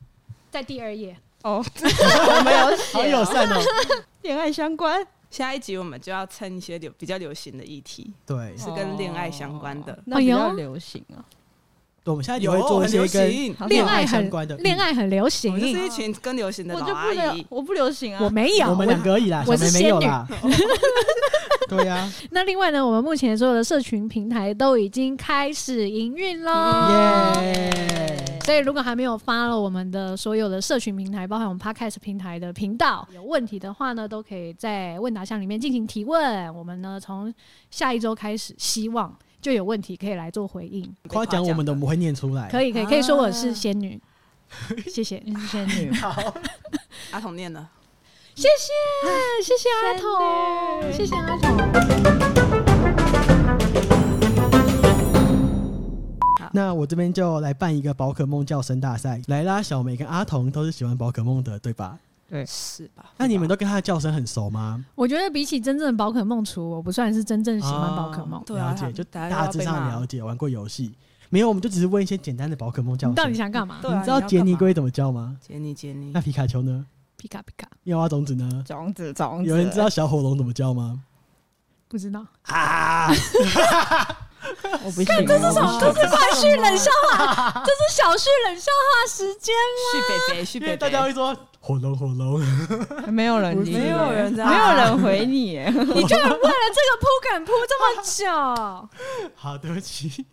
Speaker 2: 在第二页，
Speaker 4: 哦，我没有
Speaker 3: 好
Speaker 4: 写
Speaker 3: 友
Speaker 4: 哦
Speaker 3: 善哦、
Speaker 4: 恋爱相关，
Speaker 1: 下一集我们就要蹭一些流比较流行的议题，
Speaker 3: 对，
Speaker 1: 是跟恋爱相关的
Speaker 4: 哦那比
Speaker 2: 哎
Speaker 4: 较
Speaker 2: 呦
Speaker 4: 流行啊。
Speaker 3: 对啊我们下一集
Speaker 1: 有
Speaker 3: 会做一
Speaker 1: 很流
Speaker 3: 些跟
Speaker 1: 行，
Speaker 4: 好
Speaker 2: 恋
Speaker 3: 恋
Speaker 2: 爱
Speaker 3: 爱
Speaker 2: 很
Speaker 3: 相关的
Speaker 2: 恋爱很流
Speaker 1: 我们就
Speaker 2: 行，
Speaker 1: 是一群跟流行的
Speaker 4: 我
Speaker 1: 老
Speaker 4: 就不
Speaker 1: 阿
Speaker 4: 流
Speaker 1: 姨，。
Speaker 4: 我不流行啊。
Speaker 2: 我没有，
Speaker 3: 我们两个而已啦，小
Speaker 2: 我是
Speaker 3: 梅没有啦。对呀、
Speaker 2: 那另外呢，我们目前所有的社群平台都已经开始营运喽。
Speaker 3: 嗯耶！
Speaker 2: 所以，如果还没有发了我们的所有的社群平台，包含我们 Podcast 平台的频道，有问题的话呢，都可以在问答箱里面进行提问。我们呢，从下一周开始，希望就有问题可以来做回应。
Speaker 3: 夸奖我们的，我们会念出来。
Speaker 2: 可
Speaker 3: 以，
Speaker 2: 以，可以，可以说我是仙 女，谢谢，
Speaker 4: 你是仙女，
Speaker 1: 阿童念了。
Speaker 2: 谢谢，谢谢阿童，谢谢阿童。
Speaker 3: 那我这边就来办一个宝可梦叫声大赛。莱拉、小美跟阿童都是喜欢宝可梦的，对吧？
Speaker 4: 对，
Speaker 1: 是吧？
Speaker 3: 那你们都跟它的叫声很熟吗？
Speaker 2: 我觉得比起真正的宝可梦厨，我不算是真正喜欢宝可梦。
Speaker 1: 对啊
Speaker 3: 了解，就
Speaker 1: 大家
Speaker 3: 大
Speaker 1: 要
Speaker 3: 致
Speaker 1: 被
Speaker 3: 上
Speaker 1: 骂
Speaker 3: 了解，玩过游戏没有？我们就只是问一些简单的宝可梦叫
Speaker 2: 你到底
Speaker 3: 声。
Speaker 2: 想干嘛？
Speaker 1: 对啊
Speaker 3: 你知道杰尼龟怎么叫吗？
Speaker 1: 杰尼杰尼
Speaker 3: 那，皮卡丘呢？
Speaker 2: 皮卡皮卡，
Speaker 3: 妙蛙种子呢？
Speaker 4: 种子种子。
Speaker 3: 有人知道小火龙怎么叫吗？
Speaker 2: 不知道。
Speaker 3: 啊！
Speaker 4: 我不行，这是什么？
Speaker 2: 这是快讯冷笑 话，这是小旭冷笑话时间。
Speaker 1: 旭北北旭
Speaker 3: 因
Speaker 1: 北北
Speaker 3: 为大，家会说火龙火龙，
Speaker 4: 没有人
Speaker 1: 不
Speaker 4: 理
Speaker 1: 是
Speaker 4: 你，
Speaker 1: 没有人在
Speaker 4: 没有人回你。
Speaker 2: 你居然为了这个铺梗铺这么久。
Speaker 3: 好，对不起。